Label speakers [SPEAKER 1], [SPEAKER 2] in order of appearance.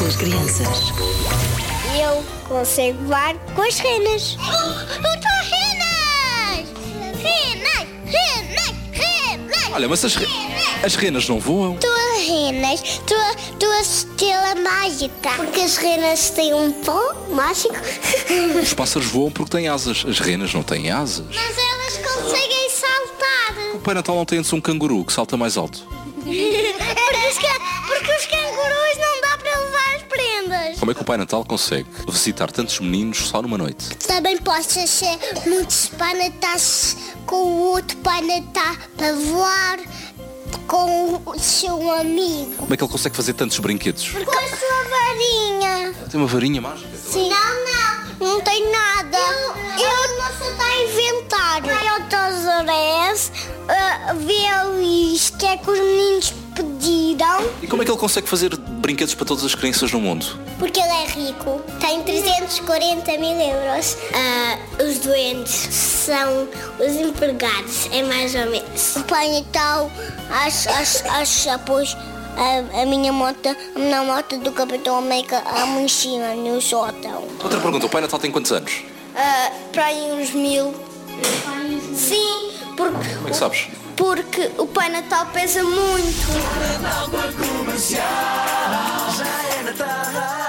[SPEAKER 1] é
[SPEAKER 2] crianças.
[SPEAKER 1] Eu consigo voar com as renas. eu tô Oh, renas! Renas! Renas! Renas!
[SPEAKER 3] Olha, mas as, re- as renas não voam.
[SPEAKER 1] Duas renas, duas, duas estrelas mágicas. Porque as renas têm um pó mágico.
[SPEAKER 3] Os pássaros voam porque têm asas. As renas não têm asas.
[SPEAKER 1] Mas elas conseguem saltar.
[SPEAKER 3] O Pai Natal não tem antes um canguru que salta mais alto.
[SPEAKER 1] porque, os ca- é- porque os cangurus não dá para levar as prendas.
[SPEAKER 3] Como é que o Pai Natal consegue visitar tantos meninos só numa noite?
[SPEAKER 1] Também posso ser muitos panatas com o outro panatá para voar com o seu amigo.
[SPEAKER 3] Como é que ele consegue fazer tantos brinquedos?
[SPEAKER 1] Com a sua varinha.
[SPEAKER 3] Tem uma varinha mágica.
[SPEAKER 1] Sim. Não, não. Não tem nada. Eu, não tá sei está a inventar. Vai ao Tosorés, vê isto que é que os meninos pediram.
[SPEAKER 3] E como é que ele consegue fazer brinquedos para todas as crianças no mundo?
[SPEAKER 1] Porque ele é rico, tem 340 mil euros. Ah, os doentes são os empregados, é mais ou menos. O pai então, Natal acha, acha, acha pois, a, a minha moto, a minha moto do Capitão América, a mochila no sótão. Ah,
[SPEAKER 3] Outra pergunta, o Pai Natal tem quantos anos?
[SPEAKER 1] para aí uns mil. Sim, porque
[SPEAKER 3] Como é que sabes?
[SPEAKER 1] porque o Pai Natal pesa muito.
[SPEAKER 4] Já é Natal.